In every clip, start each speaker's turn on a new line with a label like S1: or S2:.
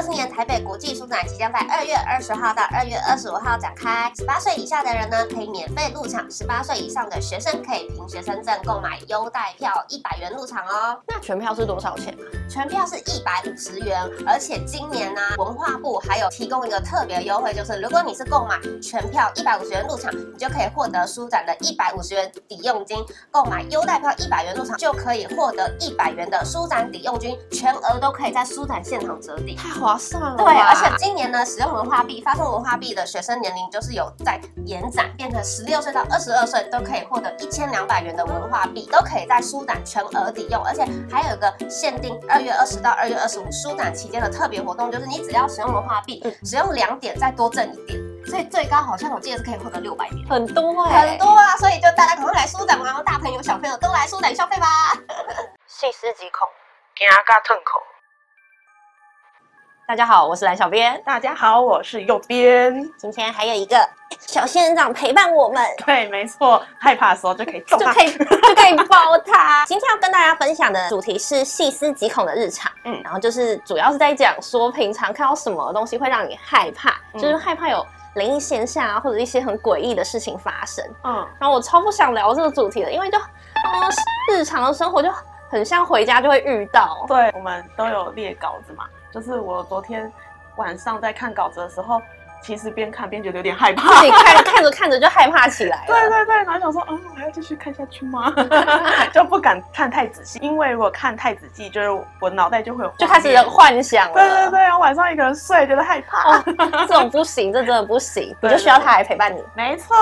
S1: 四年台北国际书展即将在二月二十号到二月二十五号展开。十八岁以下的人呢，可以免费入场；十八岁以上的学生可以凭学生证购买优待票，一百元入场哦。
S2: 那全票是多少钱啊？
S1: 全票是一百五十元，而且今年呢、文化部还有提供一个特别优惠，就是如果你是购买全票一百五十元入场，你就可以获得书展的一百五十元抵用金；购买优待票一百元入场，就可以获得一百元的书展抵用金，全额都可以在书展现场折抵。
S2: 太划算了吧，
S1: 对，而且今年呢，使用文化币、发送文化币的学生年龄就是有在延展，变成十六岁到二十二岁都可以获得一千两百元的文化币，都可以在书展全额抵用，而且还有一个限定二月二十到二月二十五书展期间的特别活动，就是你只要使用文化币
S2: 嗯，
S1: 使用两点再多挣一点，所以最高好像我记得是可以获得六百点。
S2: 很多哎、
S1: 很多啊，所以就大家赶快来书展玩哦，大朋友小朋友都来书展消费吧。
S2: 细思极恐。
S3: 惊到痛口。
S2: 大家好，我是蓝小编，
S3: 大家好，我是右边。
S2: 今天还有一个小仙人掌陪伴我们。
S3: 对，没错，害怕的时候就可以揍
S2: 就
S3: 他。
S2: 可以 就可以包它。今天要跟大家分享的主题是细思极恐的日常，嗯
S3: 嗯，
S2: 然后就是主要是在讲说平常看到什么东西会让你害怕，
S3: 嗯
S2: 就是害怕有灵异现象啊，或者一些很诡异的事情发生。
S3: 嗯，
S2: 然后我超不想聊这个主题的，因为就嗯、日常的生活就很像回家就会遇到。
S3: 对，我们都有列稿子嘛。就是我昨天晚上在看稿子的时候，其实边看边觉得有点害怕。
S2: 自己看看着看着就害怕起来了。
S3: 对对对，然后想说，嗯，我还要继续看下去 吗？就不敢看太仔细，因为如果看太仔细，就是我脑袋就会有
S2: 就开始
S3: 画面
S2: 幻想了。
S3: 对对对，然后晚上一个人睡，觉得害怕。
S2: 这种不行，这真的不行，你
S3: 对
S2: 就需要
S3: 对对
S2: 他来陪伴你。
S3: 没错，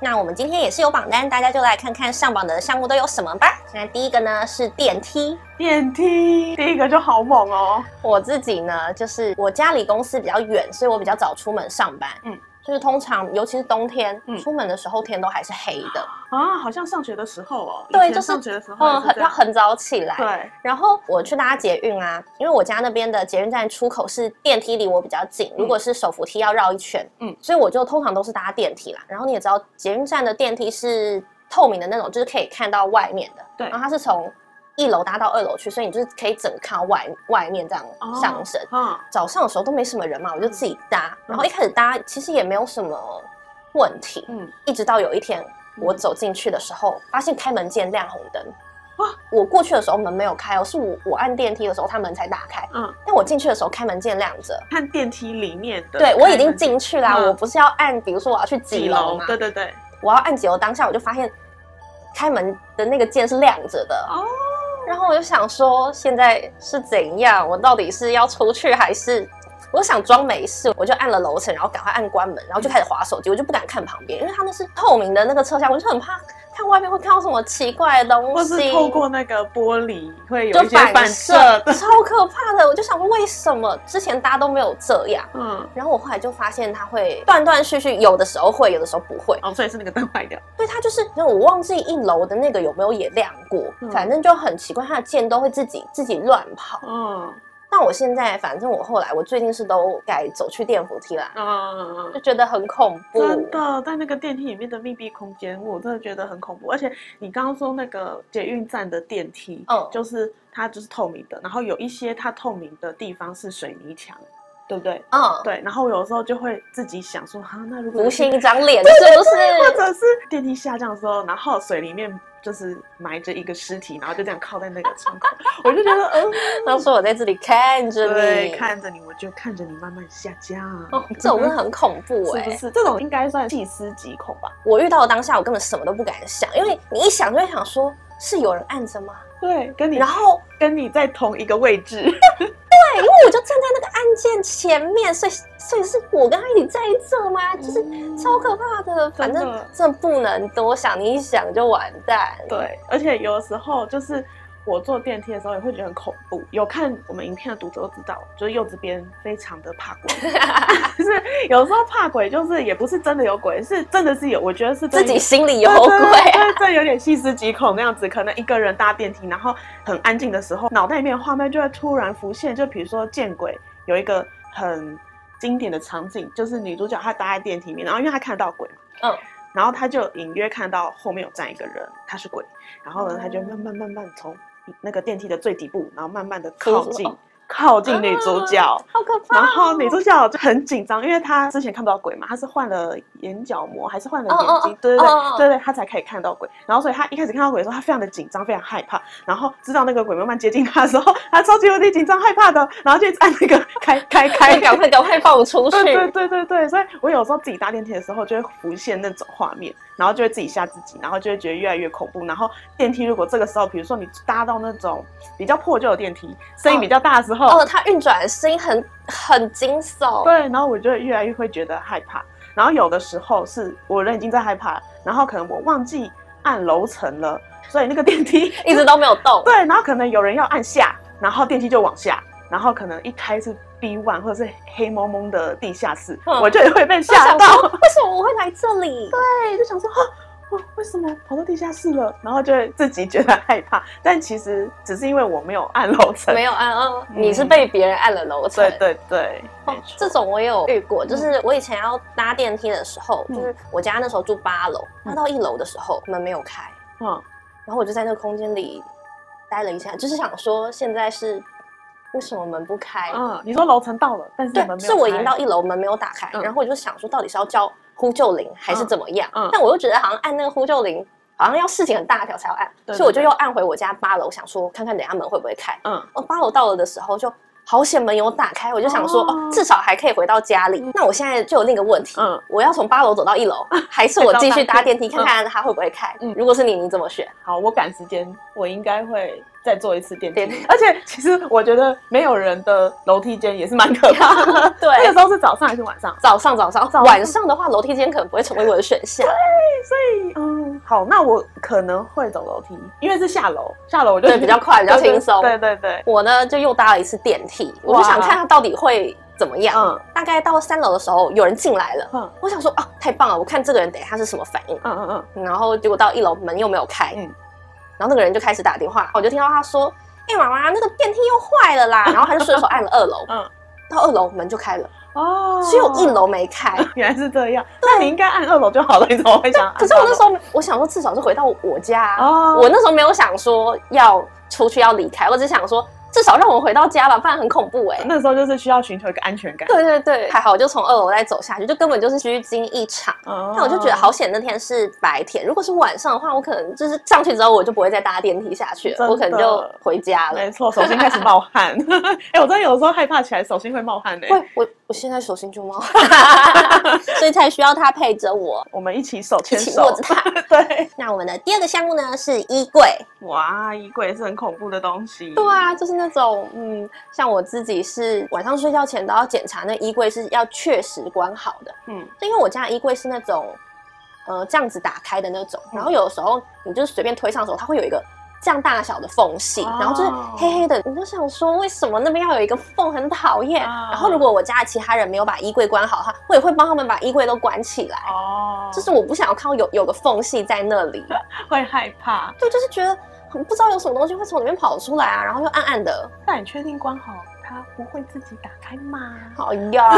S2: 那我们今天也是有榜单，大家就来看看上榜的项目都有什么吧。那第一个呢是电梯，
S3: 电梯第一个就好猛哦。
S2: 我自己呢就是我家离公司比较远，所以我比较早出门上班。嗯
S3: 嗯，
S2: 就是通常尤其是冬天、
S3: 嗯
S2: 出门的时候，天都还是黑的，
S3: 啊，好像上学的时候哦，以
S2: 对
S3: 前
S2: 就是
S3: 上学的时候
S2: 嗯，
S3: 哦
S2: 很
S3: 也是这
S2: 要
S3: 样，
S2: 很早起来。
S3: 对，
S2: 然后我去搭捷运啊，因为我家那边的捷运站出口是电梯离我比较近，如果是手扶梯要绕一圈，嗯
S3: 嗯，
S2: 所以我就通常都是搭电梯啦。然后你也知道，捷运站的电梯是透明的那种，就是可以看到外面的，
S3: 对
S2: 然后它是从一楼搭到二楼去，所以你就是可以整个看到外外面这样
S3: 哦
S2: 上升。
S3: 嗯，
S2: 早上的时候都没什么人嘛，我就自己搭，
S3: 嗯
S2: 然后一开始搭其实也没有什么问题，
S3: 嗯，
S2: 一直到有一天我走进去的时候，发现开门键亮红灯。我过去的时候门没有开哦，是我我按电梯的时候，它门才打开。
S3: 嗯，
S2: 但我进去的时候，开门键亮着。
S3: 看电梯里面的，
S2: 对我已经进去啦，
S3: 嗯
S2: 我不是要按，比如说我要去
S3: 几
S2: 几楼
S3: 楼
S2: 嘛，，
S3: 对对对，
S2: 我要按几楼，当下我就发现开门的那个键是亮着的。
S3: 哦
S2: 然后我就想说，现在是怎样？我到底是要出去还是？我想装没事，我就按了楼层，然后赶快按关门，然后就开始划手机，我就不敢看旁边，因为它那是透明的那个车厢，我就很怕看外面会看到什么奇怪的东
S3: 或
S2: 西，
S3: 是透过那个玻璃会有
S2: 就
S3: 一些反射的，
S2: 超可怕的。我就想说，为什么之前大家都没有这样？
S3: 嗯，
S2: 然后我后来就发现它会断断续续，有的时候会，有的时候不会。
S3: 哦，所以是那个灯坏掉，
S2: 对，它就是，因为我忘记一楼的那个有没有也亮过，
S3: 嗯
S2: 反正就很奇怪，它的键都会自己自己乱跑。
S3: 嗯
S2: 但我现在，反正我后来，我最近是都改走去电扶梯啦，
S3: 嗯
S2: 就。觉得很恐怖。
S3: 真的，在那个电梯里面的密闭空间，我真的觉得很恐怖。而且你刚刚说那个捷运站的电梯，
S2: 嗯
S3: 就是它就是透明的，然后有一些它透明的地方是水泥墙，对不对？
S2: 嗯，
S3: 对，然后我有时候就会自己想说，哈，那如果
S2: 不
S3: 有电
S2: 信一张脸是不
S3: 或
S2: 是？
S3: 者是电梯下降的时候，然后水里面就是埋着一个尸体，然后就这样靠在那个窗口，我就觉得，嗯，
S2: 他说我在这里看着
S3: 对，
S2: 你，
S3: 看着你，我就看着你慢慢下降，嗯
S2: 哦，这种真的很恐怖
S3: 是
S2: 哎、
S3: 不是？这种应该算细思极恐吧？
S2: 我遇到的当下，我根本什么都不敢想，因为你一想就会想说，是有人按着吗？
S3: 对，跟你
S2: 然后
S3: 跟你在同一个位置，
S2: 对，因为我就站在那个按键前面，所以所以是我跟他一起在这吗？
S3: 嗯
S2: 就是超可怕的，反正真的不能多想，你一想就完蛋。
S3: 对，而且有的时候就是我坐电梯的时候也会觉得很恐怖。有看我们影片的读者都知道，就是柚子边非常的怕鬼， 就是有时候怕鬼，就是也不是真的有鬼，是真的是有，我觉得是真
S2: 自
S3: 的
S2: 己心里有鬼
S3: 对对对
S2: 啊，
S3: 对这有点细思极恐那样子。可能一个人搭电梯，然后很安静的时候，脑袋里面的画面就会突然浮现，就比如说《见鬼》有一个很经典的场景，就是女主角她搭在电梯里面，然后因为她看得到鬼嘛，
S2: 嗯。
S3: 然后她就隐约看到后面有站一个人，他是鬼。然后呢，她就
S2: 哦
S3: 慢慢慢慢从那个电梯的最底部，然后慢慢的
S2: 浮
S3: 靠
S2: 出
S3: 近
S2: 哦，
S3: 靠近女主角，
S2: 好可怕
S3: 然后女主角就很紧张，因为她之前看不到鬼嘛，她是换了眼角膜还是换了眼睛
S2: 哦哦哦
S3: 对对对、
S2: 哦哦哦
S3: 对对，她才可以看到鬼。然后所以她一开始看到鬼的时候，她非常的紧张，非常害怕。然后知道那个鬼慢慢接近她的时候，她超级无敌紧张害怕的，然后就一直按那个开开开
S2: 快赶快赶快放我出去！
S3: 对对对对对，所以我有时候自己搭电梯的时候，就会浮现那种画面，然后就会自己吓自己，然后就会觉得越来越恐怖。然后电梯如果这个时候，比如说你搭到那种比较破旧的电梯，声音比较大的时候，
S2: 哦，它运转的声音很很惊悚。
S3: 对，然后我就越来越会觉得害怕。然后有的时候是我人已经在害怕了，然后可能我忘记按楼层了，所以那个电梯
S2: 一直都没有动。
S3: 对，然后可能有人要按下，然后电梯就往下，然后可能一开是 B one 或者是黑蒙蒙的地下室，
S2: 嗯
S3: 我就也会被
S2: 我
S3: 吓
S2: 想
S3: 到。
S2: 说为什么我会来这里？
S3: 对，就想说啊，我为什么跑到地下室了？然后就会自己觉得害怕，但其实只是因为我没有按楼层。
S2: 没有按哦，
S3: 嗯
S2: 你是被别人按了楼层。
S3: 对对对，
S2: 哦
S3: 没错
S2: 这种我也有遇过，就是我以前要搭电梯的时候，
S3: 嗯
S2: 就是我家那时候住八楼，搭到一楼的时候门没有开，
S3: 嗯
S2: 然后我就在那个空间里待了一下，就是想说现在是为什么门不开？
S3: 嗯，你说楼层到了，但是你们
S2: 对，
S3: 没有
S2: 是我已
S3: 开
S2: 经到一楼门没有打开，
S3: 嗯
S2: 然后我就想说到底是要叫呼救铃还是怎么样？
S3: 嗯嗯
S2: 但我又觉得好像按那个呼救铃好像要事情很大条才要按，
S3: 对对
S2: 所以我就又按回我家八楼，想说看看等一下门会不会开。
S3: 嗯
S2: 我八楼到了的时候就。好险门有打开，我就想说
S3: 哦
S2: 哦至少还可以回到家里。那我现在就有另一个问题，
S3: 嗯
S2: 我要从八楼走到一 楼，还是我继续搭电梯
S3: 再到
S2: 看
S3: 大
S2: 看它会不会开？
S3: 嗯
S2: 如果是你，你怎么选？
S3: 好，我赶时间，我应该会再做一次电梯。
S2: 电梯。
S3: 而且其实我觉得没有人的楼梯间也是蛮可怕 的
S2: 对
S3: 那个时候是早上还是晚上？
S2: 早上早上，
S3: 早上
S2: 晚上的话楼梯间可能不会成为我的选项。
S3: 嗯，好，那我可能会走楼梯，因为是下楼，下楼我就
S2: 对比较快比较轻松
S3: 对对对，
S2: 我呢就又搭了一次电梯，我就
S3: 哇
S2: 想看它到底会怎么样。
S3: 嗯
S2: 大概到三楼的时候，有人进来了，
S3: 嗯
S2: 我想说啊，太棒了，我看这个人等一下是什么反应。
S3: 嗯嗯嗯，
S2: 然后结果到一楼门又没有开，
S3: 嗯
S2: 然后那个人就开始打电话，我就听到他说：“哎、妈妈，那个电梯又坏了啦。”然后他就顺手按了二楼，
S3: 嗯
S2: 到二楼门就开了，
S3: 哦，嗯
S2: 只有一楼没开。
S3: 原来是这样，那你应该按二楼就好了，你怎么会想按二楼？
S2: 可是我那时候我想说，至少是回到我家啊、
S3: 哦，
S2: 我那时候没有想说要出去要离开，我只想说至少让我回到家吧，不然很恐怖哎、
S3: 那时候就是需要寻求一个安全感。
S2: 对对对，还好，我就从二楼再走下去，就根本就是虚惊一场。
S3: 哦
S2: 但我就觉得好险，那天是白天。如果是晚上的话，我可能就是上去之后我就不会再搭电梯下去了，
S3: 真的
S2: 我可能就回家了。
S3: 没错，手心开始冒汗。 哎、我真的有时候害怕起来，手心会冒汗呢、欸
S2: 喂，我我现在手心就冒， 所以才需要他配着我
S3: 我们一起手
S2: 一
S3: 牵
S2: 起
S3: 手
S2: 握着，他。
S3: 对，
S2: 那我们的第二个项目呢是衣柜，
S3: 哇，衣柜是很恐怖的东西。
S2: 对，啊，就是那种嗯，像我自己是晚上睡觉前都要检查那衣柜是要确实关好的，
S3: 嗯
S2: 因为我家的衣柜是那种，呃，这样子打开的那种，然后有的时候你就是随便推上的时候，它会有一个这样大小的缝隙，
S3: 哦
S2: 然后就是黑黑的，你就想说为什么那边要有一个缝，很讨厌。
S3: 啊
S2: 然后如果我家的其他人没有把衣柜关好的话，我也会帮他们把衣柜都关起来，
S3: 哦，
S2: 就是我不想要看到有有个缝隙在那里，
S3: 会害怕。
S2: 对，就是觉得很不知道有什么东西会从里面跑出来啊，然后又暗暗的，
S3: 但你确定关好它不会自己打开吗？
S2: 好 呀。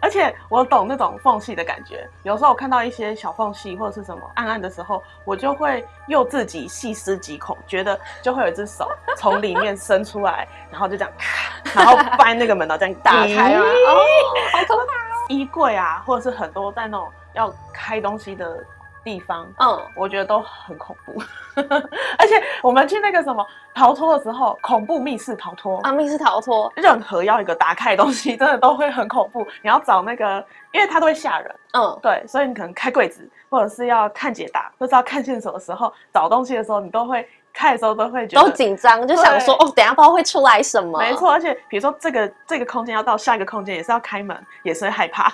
S3: 而且我懂那种缝隙的感觉，有时候我看到一些小缝隙或者是什么暗暗的时候，我就会又自己细思极恐，觉得就会有一只手从里面伸出来，然后就这样咔，然后掰那个门，然后这样
S2: 打开啊，
S3: 咦
S2: 哦，好可
S3: 衣柜啊，或者是很多在那种要开东西的地方，
S2: 怕，嗯。
S3: 我觉得都很恐怖。 而且我们去那个什么逃脱的时候，恐怖密室逃脱
S2: 啊，密室逃脱，
S3: 任何要一个打开的东西，真的都会很恐怖。你要找那个，因为它都会吓人，
S2: 嗯，
S3: 对，所以你可能开柜子，或者是要看解答，或是要看线索的时候，找东西的时候，你都会开的时候都会觉
S2: 都
S3: 得。
S2: 紧张，就想说哦，等一下不知道会出来什么。
S3: 没错，而且比如说这个这个空间要到下一个空间，也是要开门，也是会害怕。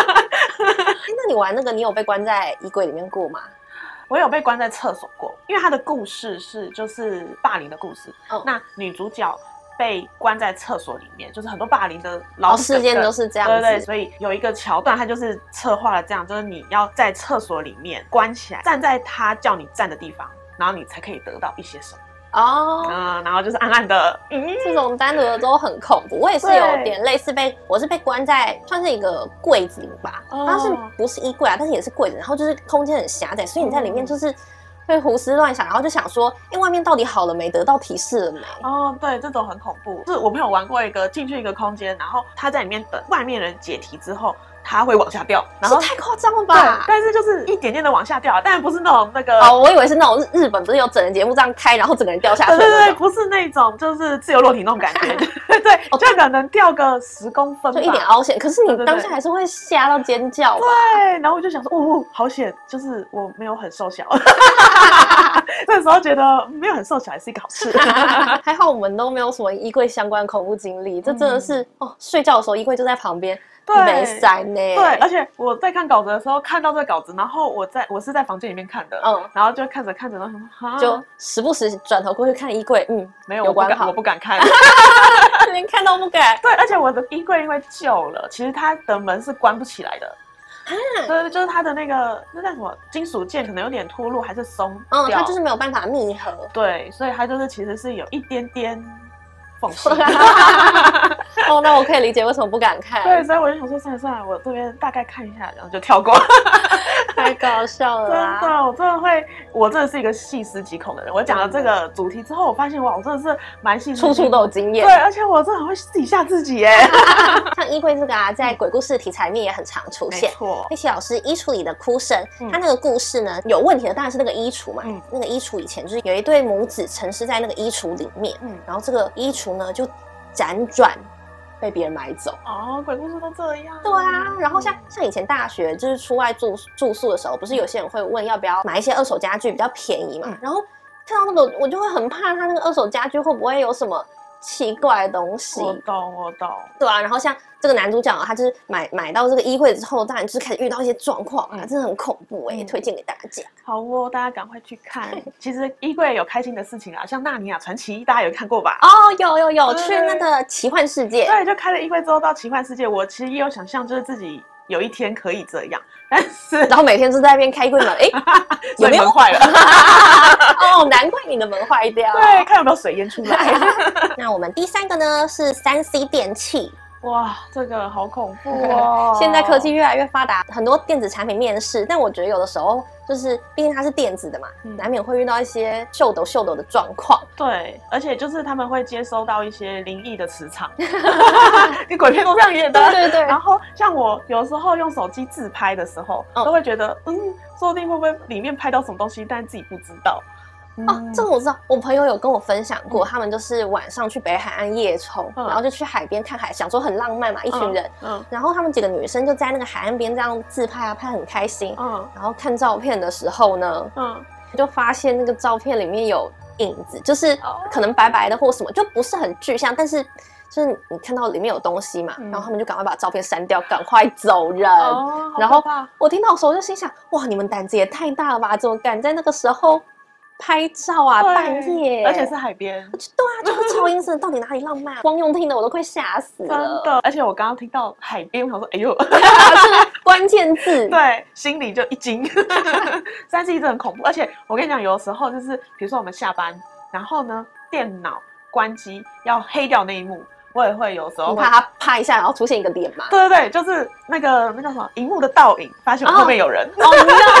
S2: 诶那你玩那个，你有被关在衣柜里面过吗？
S3: 我有被关在厕所过，因为他的故事是就是霸凌的故事。
S2: 嗯
S3: 那女主角被关在厕所里面，就是很多霸凌的老
S2: 哦，
S3: 梗
S2: 事件都是这样
S3: 对对，
S2: 子。
S3: 所以有一个桥段，它就是策划了这样，就是你要在厕所里面关起来，站在他叫你站的地方，然后你才可以得到一些什么。
S2: 哦，
S3: 嗯，然后就是暗暗的，嗯，
S2: 这种单独的都很恐怖。我也是
S3: 对
S2: 有点类似被，我是被关在算是一个柜子里吧，
S3: 哦嗯
S2: 它是不是衣柜啊？但是也是柜子，然后就是空间很狭窄，所以你在里面就是会胡思乱想，然后就想说，哎、外面到底好了没？得到提示了没？
S3: 哦，对，这种很恐怖。就是我没有玩过一个进去一个空间，然后他在里面等外面人解题之后，他会往下掉，然后
S2: 这太夸张了
S3: 对
S2: 吧，？
S3: 但是就是一点点的往下掉，但不是那种那个。
S2: 哦，我以为是那种日日本不是有整人节目这样开，然后整个人掉下去
S3: 对
S2: 的
S3: 对
S2: 那
S3: 对，
S2: 种，
S3: 不是那种，就是自由落体那种感 觉，对，就可能掉个十公分
S2: 哦就
S3: 吧，
S2: 一哦脸凹陷。可是
S3: 对
S2: 你
S3: 对对
S2: 当下还是会吓到尖叫吧？
S3: 对，然后我就想说，哦，好险，就是我没有很 瘦小，那时候觉得没有很瘦小还是一个好事。
S2: 还好我们都没有什么衣柜相关恐怖经历，这真的是、哦，睡觉的时候衣柜就在旁边，
S3: 嗯对
S2: 没塞呢。
S3: 对，而且我在看稿子的时候看到这个稿子，然后我在我是在房间里面看的，
S2: 嗯，
S3: 然后就看着看着，然后想说哈
S2: 就时不时转头过去看衣柜， 嗯，
S3: 没有，
S2: 有
S3: 我不
S2: 关
S3: 敢，
S2: 好
S3: 我不敢看。
S2: 连看都不敢。
S3: 对，而且我的衣柜因为旧了，其实它的门是关不起来的。
S2: 啊
S3: 对，就是它的那个那叫什么金属件，可能有点脱落还是松
S2: 嗯，
S3: 掉，
S2: 它就是没有办法密 合。
S3: 对，所以它就是其实是有一点点缝隙。
S2: 哦，那我可以理解为什么不敢看。
S3: 对，，所以我就想说，算了算了，我这边大概看一下，然后就跳过。
S2: 太搞笑了
S3: 真
S2: 啦。
S3: 的，我真的会，我真的是一个细思极恐的人。我讲了这个主题之后，我发现哇，我真的是蛮细思极
S2: 处
S3: 恐，
S2: 处都有经验
S3: 对，，而且我真的很会自己吓自己耶。
S2: 像衣柜这个啊，在鬼故事题材里面也很常出
S3: 没
S2: 现。
S3: 错，
S2: 佩奇老师衣橱里的哭声，
S3: 嗯
S2: 他那个故事呢有问题的当然是那个衣橱嘛。
S3: 嗯
S2: 那个衣橱以前就是有一对母子沉尸在那个衣橱里面，
S3: 嗯，
S2: 然后这个衣橱呢就辗转被别人买走。
S3: 哦，鬼故事都这样。
S2: 对啊，
S3: 嗯
S2: 然后像像以前大学就是出外住住宿的时候，不是有些人会问要不要买一些二手家具比较便宜嘛？
S3: 嗯
S2: 然后看到那个我就会很怕他那个二手家具会不会有什么奇怪的东西，
S3: 嗯我懂，我懂。
S2: 对啊。然后像这个男主角、啊，他就是买买到这个衣柜之后，当然就是开始遇到一些状况嘛，
S3: 嗯
S2: 真的很恐怖哎、
S3: 嗯
S2: 推荐给大家。
S3: 好哦，大家赶快去 看。其实衣柜有开心的事情啊，像《纳尼亚传奇》，大家有看过吧？
S2: 哦，有有有，
S3: 对
S2: 去那个奇幻世界，
S3: 对，就开了衣柜之后到奇幻世界，我其实也有想象，就是自己有一天可以这样，但是
S2: 然后每天都在那边开柜门， 哎、有
S3: 所
S2: 没
S3: 以
S2: 有
S3: 门坏了。
S2: 哦，难怪你的门坏掉。
S3: 对，看有没有水淹出来。
S2: 那我们第三个呢是三 C 电器，
S3: 哇，这个好恐怖哦
S2: ！现在科技越来越发达，很多电子产品面世，但我觉得有的时候就是，毕竟它是电子的嘛，
S3: 嗯
S2: 难免会遇到一些秀抖秀抖的状况。
S3: 对，而且就是他们会接收到一些灵异的磁 场， 你鬼片都这样演的。
S2: 对 对
S3: 然后像我有时候用手机自拍的时候，
S2: 嗯
S3: 都会觉得，嗯，说不定会不会里面拍到什么东西，但自己不知道。
S2: 哦，这
S3: 嗯
S2: 个我知道，我朋友有跟我分享过，他们就是晚上去北海岸夜冲，
S3: 嗯
S2: 然后就去海边看海，想说很浪漫嘛，一群人，，
S3: 嗯
S2: 然后他们几个女生就在那个海岸边这样自拍啊，拍得很开心。
S3: 嗯
S2: 然后看照片的时候呢，
S3: 嗯，
S2: 就发现那个照片里面有影子，就是
S3: 哦
S2: 可能白白的或什么，就不是很具象，但是就是你看到里面有东西嘛，
S3: 嗯
S2: 然后他们就赶快把照片删掉，赶快走人。
S3: 哦，好
S2: 呃然后
S3: 可怕
S2: 我听到的时候就心想，哇，你们胆子也太大了吧，怎么敢在那个时候拍照啊，
S3: 对
S2: 半夜，
S3: 而且是海边，
S2: 对啊，就是超阴森，到底哪里浪漫？光用听的我都快吓死
S3: 真
S2: 了，
S3: 的。而且我刚刚听到海边，我想说，哎呦，
S2: 就是关键字，
S3: 对，心里就一惊。 三 C 真的很恐怖，而且我跟你讲，有时候就是比如说我们下班，然后呢，电脑关机要黑掉那一幕，我也会有时候
S2: 你
S3: 会
S2: 怕。他拍一下，然后出现一个脸嘛？
S3: 对对对，就是那个那叫什么，荧幕的倒影，发现我
S2: 哦
S3: 后面有人。
S2: 哦有，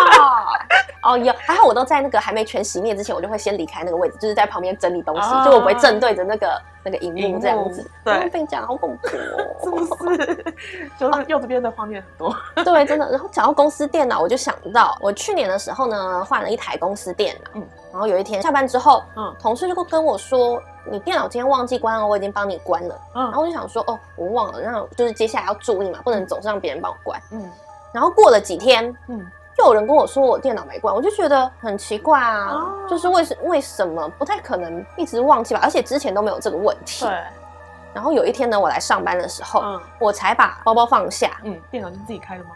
S2: 哦有，还好我都在那个还没全熄灭之前，我就会先离开那个位置，就是在旁边整理东西，
S3: 啊
S2: 就我不会正对着那个那个荧幕这样
S3: 荧
S2: 子
S3: 幕。对
S2: 哦被你讲得好恐怖
S3: 是
S2: 哦。
S3: 不是？就是右这边的画面很多。
S2: 对，真的。然后讲到公司电脑，我就想到我去年的时候呢，换了一台公司电脑，
S3: 嗯
S2: 然后有一天下班之后，
S3: 嗯
S2: 同事就会跟我说。你电脑今天忘记关了，我已经帮你关了。然
S3: 嗯
S2: 后我就想说，哦，我忘了，那就是接下来要注意嘛，不能总是让别人帮我关。
S3: 嗯
S2: 然后过了几天，
S3: 嗯，
S2: 就有人跟我说我电脑没关，我就觉得很奇怪啊，
S3: 哦
S2: 就是为什为什么不太可能一直忘记吧，而且之前都没有这个问题。
S3: 对，
S2: 然后有一天呢，我来上班的时候，
S3: 嗯
S2: 我才把包包放下，
S3: 嗯，电脑是自己开的吗？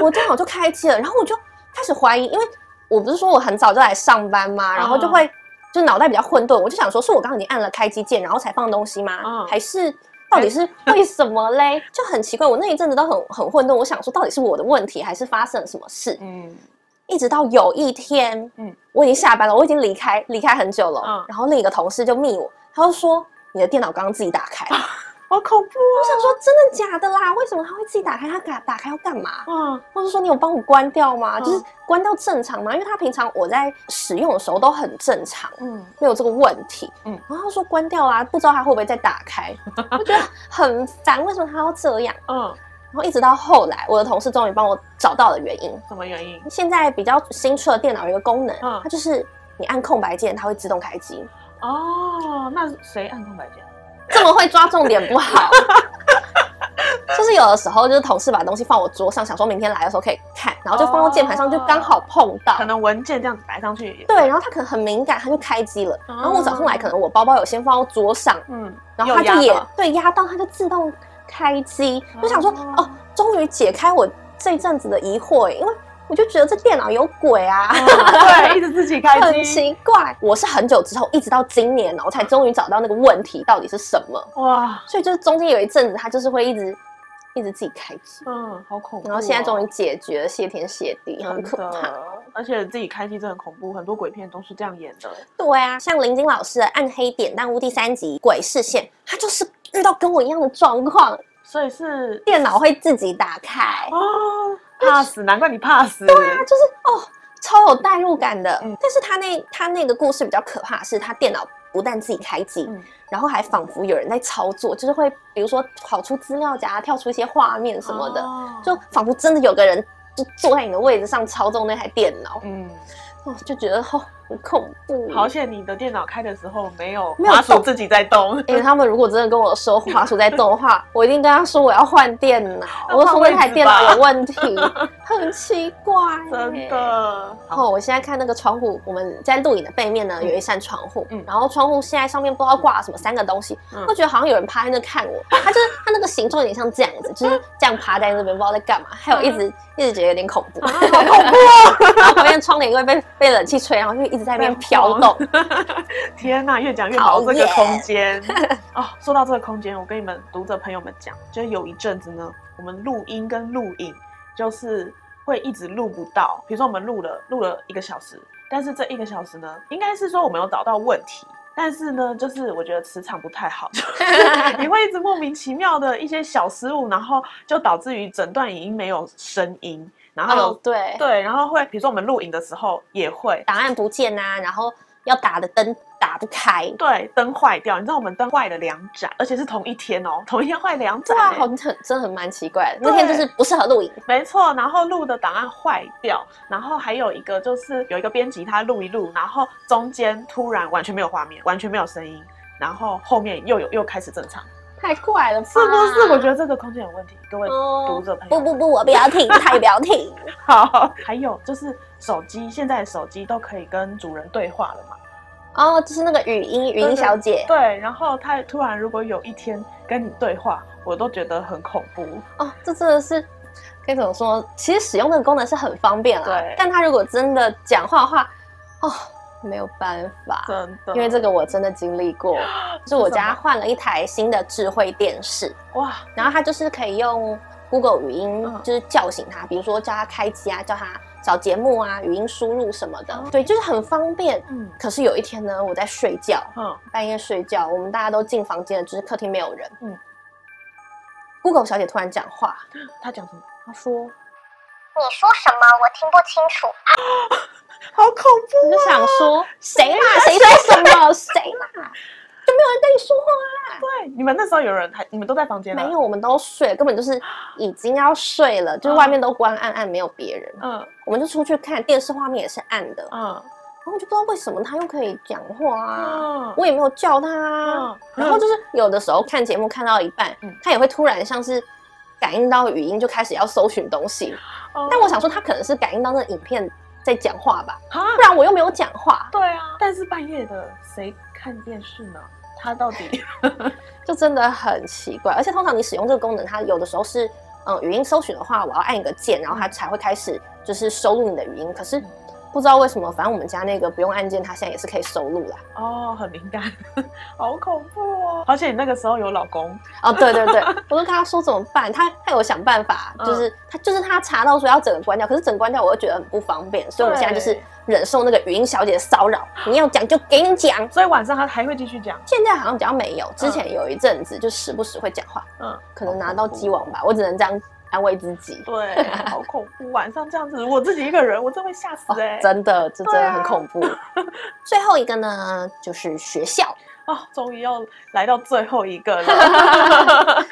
S2: 我电脑就开机了，然后我就开始怀疑，因为我不是说我很早就来上班吗？然后就
S3: 嗯
S2: 会、就脑袋比较混沌，我就想说是我刚刚已经按了开机键，然后才放东西吗？
S3: 嗯
S2: 还是？到底是为什么嘞？就很奇怪，我那一阵子都很很混沌。我想说，到底是我的问题，还是发生了什么事？
S3: 嗯
S2: 一直到有一天，嗯
S3: 嗯，
S2: 我已经下班了，我已经离开离开很久了，
S3: 嗯
S2: 然后另一个同事就密我，他就说你的电脑刚刚自己打开了，
S3: 好恐怖
S2: 我想说，真的假的啦？为什么他会自己打开？他打打开要干嘛？
S3: 哦！哇，
S2: 或者说你有帮我关掉吗？
S3: 嗯
S2: 就是关到正常吗？因为他平常我在使用的时候都很正常，
S3: 嗯，
S2: 没有这个问题。嗯
S3: 嗯，
S2: 然后他说关掉啦，不知道他会不会再打 开，我觉得很烦，为什么他要这样？
S3: 嗯，
S2: 然后一直到后来，我的同事终于帮我找到了原因。
S3: 什么原因？
S2: 现在比较新出的电脑有一个功能，
S3: 嗯
S2: 它就是你按空白键，它会自动开机。
S3: 哦，那谁按空白键？
S2: 这么会抓重点不 好。就是有的时候，就是同事把东西放我桌上，想说明天来的时候可以看，然后就放到键盘上，就刚好碰到。
S3: 可能文件这样子摆上去也。
S2: 对，，然后他可能很敏感，他就开机了。然后我早上来，
S3: 哦
S2: 可能我包包有先放到桌上，
S3: 嗯，
S2: 然后他
S3: 又压
S2: 就也
S3: 到
S2: 对压到，他就自动开机。我想说，
S3: 哦
S2: 哦，终于解开我这一阵子的疑惑，因为我就觉得这电脑有鬼啊。
S3: 嗯对，一直自己开
S2: 很
S3: 机。
S2: 奇怪，我是很久之后，一直到今年呢，我才终于找到那个问题到底是什么。
S3: 哇，
S2: 所以就是中间有一阵子，他就是会一直一直自己开机，
S3: 嗯，好恐怖哦。哦
S2: 然后现在终于解决了，谢天谢地，很
S3: 真
S2: 可怕。
S3: 的，而且自己开机真的很恐怖，很多鬼片都是这样演的。
S2: 对啊，像林金老师的《暗黑典当屋》第三集《鬼视线》，他就是遇到跟我一样的状况，
S3: 所以是
S2: 电脑会自己打开，
S3: 哦，怕死，难怪你怕死。
S2: 他就是哦，超有代入感的。
S3: 嗯
S2: 但是他那他那个故事比较可怕的是，他电脑不但自己开机，
S3: 嗯
S2: 然后还仿佛有人在操作，就是会比如说跑出资料夹，跳出一些画面什么的。
S3: 哦
S2: 就仿佛真的有个人就坐在你的位置上操纵那台电脑，
S3: 嗯，
S2: 哦，就觉得哦很恐怖。
S3: 好险你的电脑开的时候没有
S2: 没有哎
S3: 滑鼠
S2: 动
S3: 自己在动。
S2: 因为他们如果真的跟我说滑鼠在动的 话，我一定跟他说我要换电脑，
S3: 那
S2: 我就说
S3: 换位
S2: 那台
S3: 置
S2: 电脑
S3: 吧
S2: 有问题， 很奇怪、
S3: 真。的，
S2: 然后我现在看那个窗户，我们在录影的背面呢有一扇窗户，
S3: 嗯
S2: 然后窗户现在上面不知道挂了什么三个东西，
S3: 嗯
S2: 我觉得好像有人趴在那看 我，他就是他那个形状有点像这样子，就是这样趴在那边不知道在干嘛，
S3: 嗯
S2: 还有一直一直觉得有点恐怖， 好恐怖、然后旁边的窗帘因为被被冷气吹，然后就一直在那边飘动，
S3: 天呐，越讲越好
S2: 讨
S3: 这
S2: 厌
S3: 个空 间哦。说到这个空间，我跟你们读者朋友们讲，就是有一阵子呢，我们录音跟录影就是会一直录不到。比如说我们录了录了一个小时，但是这一个小时呢，应该是说我们有找到问题。但是呢，就是我觉得磁场不太好， 你会一直莫名其妙的一些小失误，然后就导致于整段影音没有声音，然后、
S2: 哦对，
S3: 对，然后会比如说我们录影的时候也会，
S2: 档案不见啊，然后要打的灯打不开，
S3: 对，灯坏掉，你知道我们灯坏了两盏，而且是同一天哦，同一天坏两盏
S2: 对啊，
S3: 欸、
S2: 好很真的很蛮奇怪的，那天就是不适合录影，
S3: 没错。然后录的档案坏掉，然后还有一个就是有一个编辑他录一录，然后中间突然完全没有画面，完全没有声音，然后后面又有又开始正常，
S2: 太怪了吧？
S3: 是不是？我觉得这个空间有问题，各位读
S2: 哦，
S3: 者朋友
S2: 不
S3: 们。
S2: 不不，我不要听，他也不要 听。
S3: 好，还有就是手机，现在手机都可以跟主人对话了嘛？
S2: 哦，就是那个语音语音小姐
S3: 对，然后他突然如果有一天跟你对话，我都觉得很恐怖。
S2: 哦，这真的是该怎么说？其实使用这个功能是很方便啦
S3: 对，
S2: 但他如果真的讲话的话，哦，没有办法，
S3: 真的，
S2: 因为这个我真的经历 过，就是我
S3: 是什
S2: 家
S3: 么
S2: 换了一台新的智慧电视，
S3: 哇，
S2: 然后它就是可以用 Google 语音，
S3: 嗯
S2: 就是叫醒它，比如说叫它开机啊，叫它找节目啊，语音输入什么的，
S3: 哦
S2: 对，就是很方便。
S3: 嗯
S2: 可是有一天呢，我在睡觉，
S3: 嗯
S2: 半夜睡觉，我们大家都进房间了，只是客厅没有人。嗯
S3: 嗯
S2: ，Google 小姐突然讲话，，
S3: 他讲什么？
S2: 她说
S1: 你说什么？我听不清楚。
S3: 好恐：“
S2: 我
S3: 怖！
S2: 就想说谁 啦？谁说什么？谁啦？就没有人跟你说话
S3: 对，你们那时候有人还，你们都在房间
S2: 啊？
S3: 了
S2: 没？有，我们都睡了，根本就是已经要睡了，就是
S3: 嗯
S2: 外面都关暗暗，没有别人。
S3: 嗯
S2: 我们就出去看电视，画面也是暗的，然
S3: 嗯
S2: 后我就不知道为什么他又可以讲话啊。”
S3: 嗯，
S2: 我也没有叫他啊、
S3: 嗯
S2: 然后就是有的时候看节目看到一半，
S3: 嗯
S2: 他也会突然像是感应到语音就开始要搜寻东西，
S3: 哦
S2: 但我想说，他可能是感应到那影片在讲话吧，
S3: 啊
S2: 不，然我又没有讲话，
S3: 对啊，但是半夜的谁看电视呢？他 到底
S2: 就真的很奇怪。而且通常你使用这个功能，它有的时候是，嗯，语音搜寻的话，我要按一个键，然后
S3: 嗯
S2: 它才会开始就是收录你的语音。可是不知道为什么，反正我们家那个不用按键，它现在也是可以收录啦。
S3: 哦很敏感， 好恐怖哦！而且你那个时候有老公，
S2: 哦，对对对，我都跟他说怎么办，他他有想
S3: 嗯
S2: 办法，就是、他就是他查到说要整个关掉，可是整个关掉我又觉得很不方便，所以我们现在就是
S3: 对
S2: 忍受那个语音小姐的骚扰，你要讲就给你讲。
S3: 所以晚上他还会继 续讲，
S2: 现在好像比较没有，之前有一阵子就时不时会讲话，
S3: 嗯，
S2: 可能拿到鸡网吧，我只能这样安慰自己。
S3: 对，好恐怖，晚上这样子，我自己一个人，我真会吓死哎、欸，
S2: 哦真的，这真
S3: 对
S2: 的
S3: 啊
S2: 很恐 怖。最后一个呢，就是学校。
S3: 哦，终于要来到最后一 个了，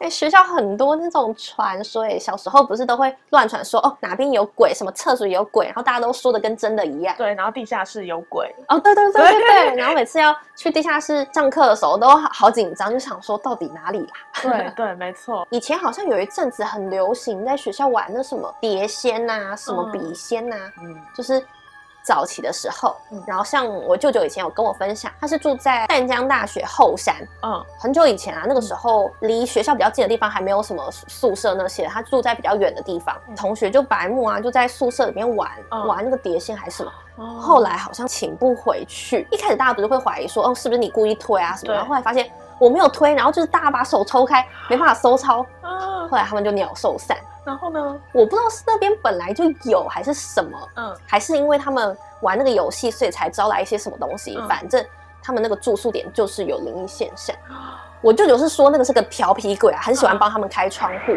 S2: 哎、学校很多那种传说，哎，小时候不是都会乱传说哦，哪边有鬼，什么厕所有鬼，然后大家都说的跟真的一样。
S3: 对，然后地下室有鬼，
S2: 哦，对对对对
S3: 对
S2: 对。然后每次要去地下室上课的时候，都好好紧张，就想说到底哪里啊？
S3: 对对，没错，
S2: 以前好像有一阵子很流行在学校玩那什么碟仙呐、什么笔仙呐、
S3: 嗯，
S2: 就是早期的时候
S3: 嗯。
S2: 然后像我舅舅以前有跟我分享，他是住在淡江大学后山，
S3: 嗯，
S2: 很久以前啊，那个时候离学校比较近的地方还没有什么宿舍那些，他住在比较远的地方，
S3: 嗯
S2: 同学就白目啊，就在宿舍里面玩、
S3: 嗯
S2: 玩那个碟仙还是什么，
S3: 哦
S2: 后来好像请不回去。一开始大家不是会怀疑说，哦，是不是你故意推啊什么的？
S3: 对
S2: 然后后来发现我没有推，然后就是大家把手抽开，没办法收操，
S3: 啊，
S2: 后来他们就鸟兽散。
S3: 然后呢，
S2: 我不知道是那边本来就有还是什么，
S3: 嗯，
S2: 还是因为他们玩那个游戏，所以才招来一些什么东西。
S3: 嗯
S2: 反正他们那个住宿点就是有灵异现象。我舅舅是说那个是个调皮鬼啊，很
S3: 嗯
S2: 喜欢帮他们开窗户，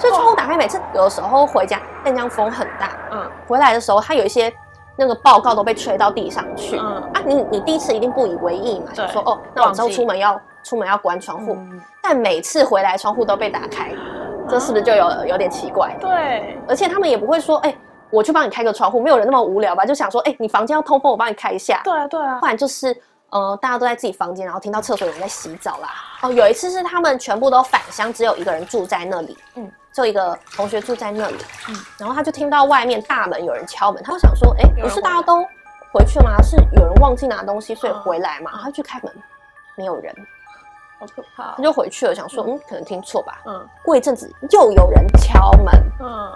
S2: 所以窗户打开每次有的时候回家，但江风很大，
S3: 嗯
S2: 回来的时候他有一些那个报告都被吹到地上去。
S3: 嗯，
S2: 啊，你你第一次一定不以为意嘛，
S3: 对
S2: 想说哦，那我之后
S3: 忘记
S2: 出门要出门要关窗户，
S3: 嗯
S2: 但每次回来窗户都被打开，这是不是就
S3: 啊
S2: 有有点奇怪？
S3: 对，
S2: 而且他们也不会说，哎、我去帮你开个窗户，没有人那么无聊吧？就想说，哎、你房间要通风，我帮你开一下。
S3: 对啊对啊
S2: 不，然就是，呃，大家都在自己房间，然后听到厕所有人在洗澡啦。哦，有一次是他们全部都返乡，只有一个人住在那里，嗯
S3: 嗯，
S2: 就一个同学住在那里，嗯
S3: 嗯，
S2: 然后他就听到外面大门有人敲门，他就想说，哎、
S3: 有
S2: 不
S3: 人
S2: 是
S3: 回来
S2: 大家都回去吗？是有人忘记拿东西，所以回来嘛。
S3: 嗯
S2: 他去开门，没有人，
S3: 好可怕
S2: 他，就回去了，想说，嗯，可能听错吧。
S3: 嗯
S2: 过一阵子又有人敲门，
S3: 嗯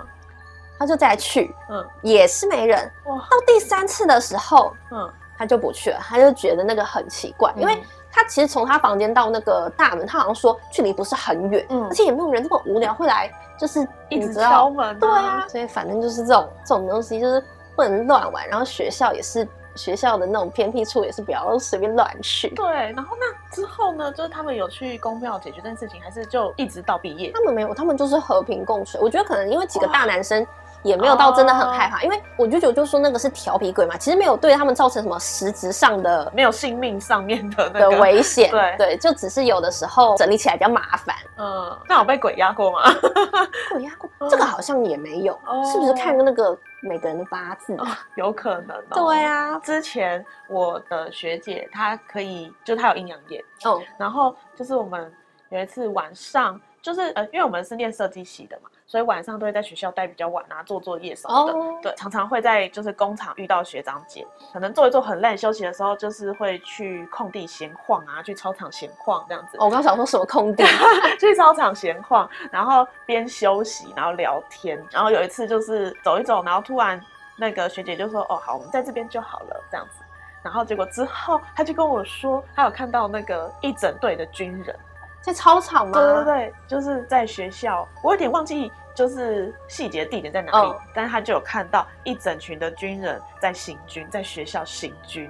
S2: 他就再去，
S3: 嗯，
S2: 也是没人。
S3: 哇，
S2: 到第三次的时候，
S3: 嗯，
S2: 他就不去了，他就觉得那个很奇怪，因为
S3: 嗯
S2: 他其实从他房间到那个大门，他好像说距离不是很远，
S3: 嗯
S2: 而且也没有人这么无聊会来，就是
S3: 一
S2: 你
S3: 直
S2: 知道
S3: 敲，门，
S2: 对啊，，所以反正就是这种这种东西就是不能乱玩，然后学校也是学校的那种偏僻处也是不要随便乱去。
S3: 对，然后那之后呢，就是他们有去公庙解决这件事情，还是就一直到毕业？
S2: 他们没有，他们就是和平共处。我觉得可能因为几个大男生也没有到真的很
S3: 嗯
S2: 害怕，因为我舅舅就说那个是调皮鬼嘛，其实没有对他们造成什么实质上的
S3: 没有性命上面的那
S2: 的
S3: 个，
S2: 危险，
S3: 对
S2: 就只是有的时候整理起来比较麻烦。
S3: 嗯，那有被鬼压过吗？
S2: 鬼压过，
S3: 嗯
S2: 这个好像也没有，
S3: 哦
S2: 是不是看那个每个人的八字啊？
S3: 有可能、哦。
S2: 对。啊，
S3: 之前我的学姐她可以，就她有阴阳眼，
S2: 嗯
S3: 然后就是我们有一次晚上，就是呃，因为我们是念设计系的嘛，所以晚上都会在学校待比较晚啊，做作业什么的。
S2: 哦，
S3: 对，常常会在就是工厂遇到学长姐，可能做一做很累，休息的时候就是会去空地闲晃啊，去操场闲晃这样子。
S2: 哦我刚想说什么空地，
S3: 去操场闲晃，然后边休息，然后聊天。然后有一次就是走一走，然后突然那个学姐就说：“哦，好，我们在这边就好了。”这样子。然后结果之后，她就跟我说，她有看到那个一整队的军人。
S2: 在操场吗？
S3: 对对对，就是在学校，我有点忘记就是细节地点在哪里，
S2: 嗯
S3: 但是她就有看到一整群的军人在行军，在学校行军。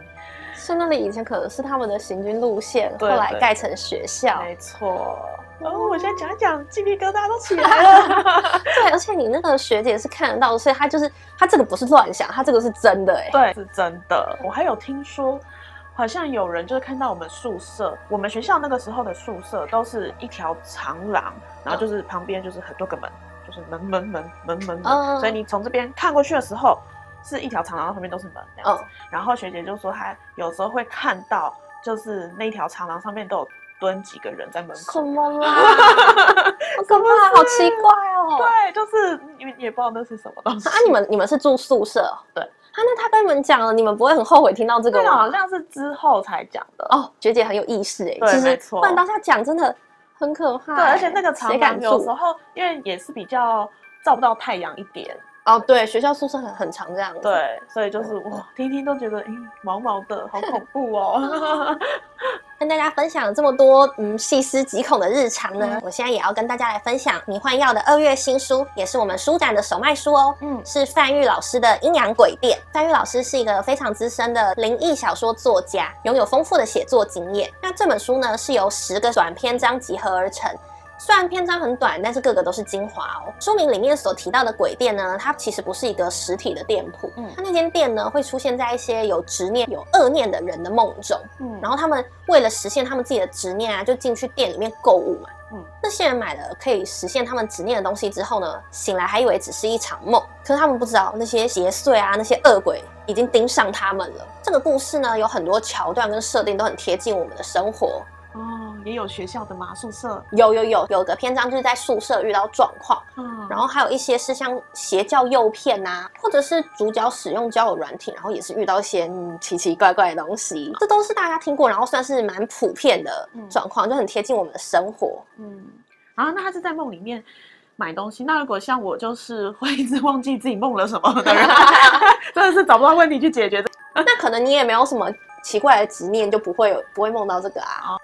S2: 是那里以前可能是他们的行军路线，后
S3: 对
S2: 来
S3: 对
S2: 盖成学校。
S3: 没错。哦，我现在讲一讲，鸡皮疙瘩都起来了。
S2: 对，而且你那个学姐是看得到的，所以她就是她这个不是乱想，她这个是真的哎、
S3: 对，是真的。我还有听说，好像有人就是看到我们宿舍，我们学校那个时候的宿舍都是一条长廊，然后就是旁边就是很多个门，就是门门门门门门，
S2: 嗯
S3: 所以你从这边看过去的时候，是一条长廊，然后旁边都是门这样子。
S2: 嗯
S3: 然后学姐就说，她有时候会看到，就是那条长廊上面都有蹲几个人在门
S2: 什
S3: 口。
S2: 么 啦？好可怕，好奇怪哦。
S3: 对，就是你们也不知道那是什么东西。
S2: 啊，你们你们是住宿舍？
S3: 对
S2: 啊，那他跟你们讲了，你们不会很后悔听到这个
S3: 这个
S2: 吗
S3: 啊好？像是之后才讲的
S2: 哦，学姐很有意识哎、
S3: 对
S2: 其实
S3: 没错
S2: 不然当下讲真的很可怕、欸
S3: 对，而且那个
S2: 谁
S3: 长
S2: 敢
S3: 廊有
S2: 住
S3: 时？候因为也是比较照不到太阳一点，
S2: 哦，对，学校宿舍很很常这样子。
S3: 对，所以就是哇，听一听都觉得哎、毛毛的，好恐怖哦。
S2: 跟大家分享了这么多嗯细思极恐的日常呢，
S3: 嗯
S2: 我现在也要跟大家来分享迷幻药的二月新书，也是我们书展的首卖书哦。
S3: 嗯
S2: 是范玉老师的《阴阳鬼店》。范玉老师是一个非常资深的灵异小说作家，拥有丰富的写作经验。那这本书呢，是由十个短篇章集合而成。虽然篇章很短，但是个个都是精华哦。书名里面所提到的鬼店呢，它其实不是一个实体的店铺，
S3: 嗯
S2: 它那间店呢会出现在一些有执念、有恶念的人的梦中。
S3: 嗯
S2: 然后他们为了实现他们自己的执念啊，就进去店里面购物嘛。
S3: 嗯
S2: 那些人买了可以实现他们执念的东西之后呢，醒来还以为只是一场梦，可是他们不知道那些邪祟啊，那些恶鬼已经盯上他们了。这个故事呢，有很多桥段跟设定都很贴近我们的生活。
S3: 哦，也有学校的嘛，宿舍。
S2: 有有有，有个篇章就是在宿舍遇到状况，
S3: 嗯，
S2: 然后还有一些是像邪教诱骗呐、或者是主角使用交友软体，然后也是遇到一些嗯奇奇怪怪的东西，这都是大家听过，然后算是蛮普遍的
S3: 嗯
S2: 状况，就很贴近我们的生活。
S3: 嗯，啊，那他是在梦里面买东西。那如果像我，就是会一直忘记自己梦了什么的人， 真的是找不到问题去解决的。
S2: 那可能你也没有什么奇怪的执念，就不会有不会梦到这个啊，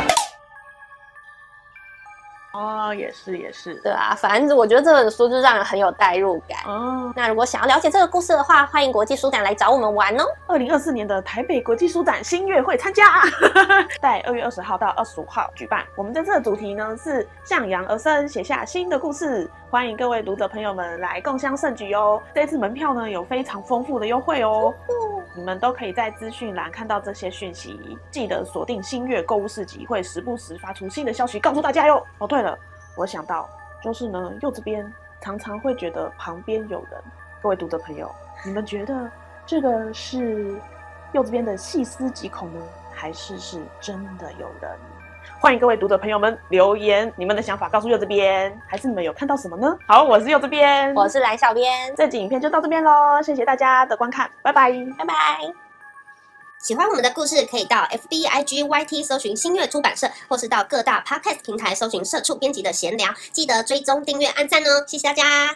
S3: 哦，也是也是。
S2: 对啊，反正我觉得这本书就让人很有代入感。
S3: 哦，
S2: 那如果想要了解这个故事的话，欢迎国际书展来找我们玩哦。
S3: 二零二四年的台北国际书展新月会参加， 在二月二十号到二十五号举办。我们这次的主题呢是向阳而生，写下新的故事，欢迎各位读者朋友们来共襄盛举哦。这次门票呢有非常丰富的优惠哦。你们都可以在资讯栏看到这些讯息。记得锁定新月购物市集，会时不时发出新的消息告诉大家哟。哦，对了，我想到就是呢，柚子边常常会觉得旁边有人。各位读者朋友，你们觉得这个是柚子边的细思极恐呢，还是是真的有人？欢迎各位读者朋友们留言你们的想法，告诉柚子边，还是你们有看到什么呢？好，我是柚子边，
S2: 我是蓝小编，
S3: 这集影片就到这边喽，谢谢大家的观看，拜拜。
S2: 拜拜。
S1: 喜欢我们的故事，可以到 F B I G Y T 搜寻新月出版社，或是到各大 Podcast 平台搜寻社畜编辑的闲聊，记得追踪、订阅、按赞哦，谢谢大家。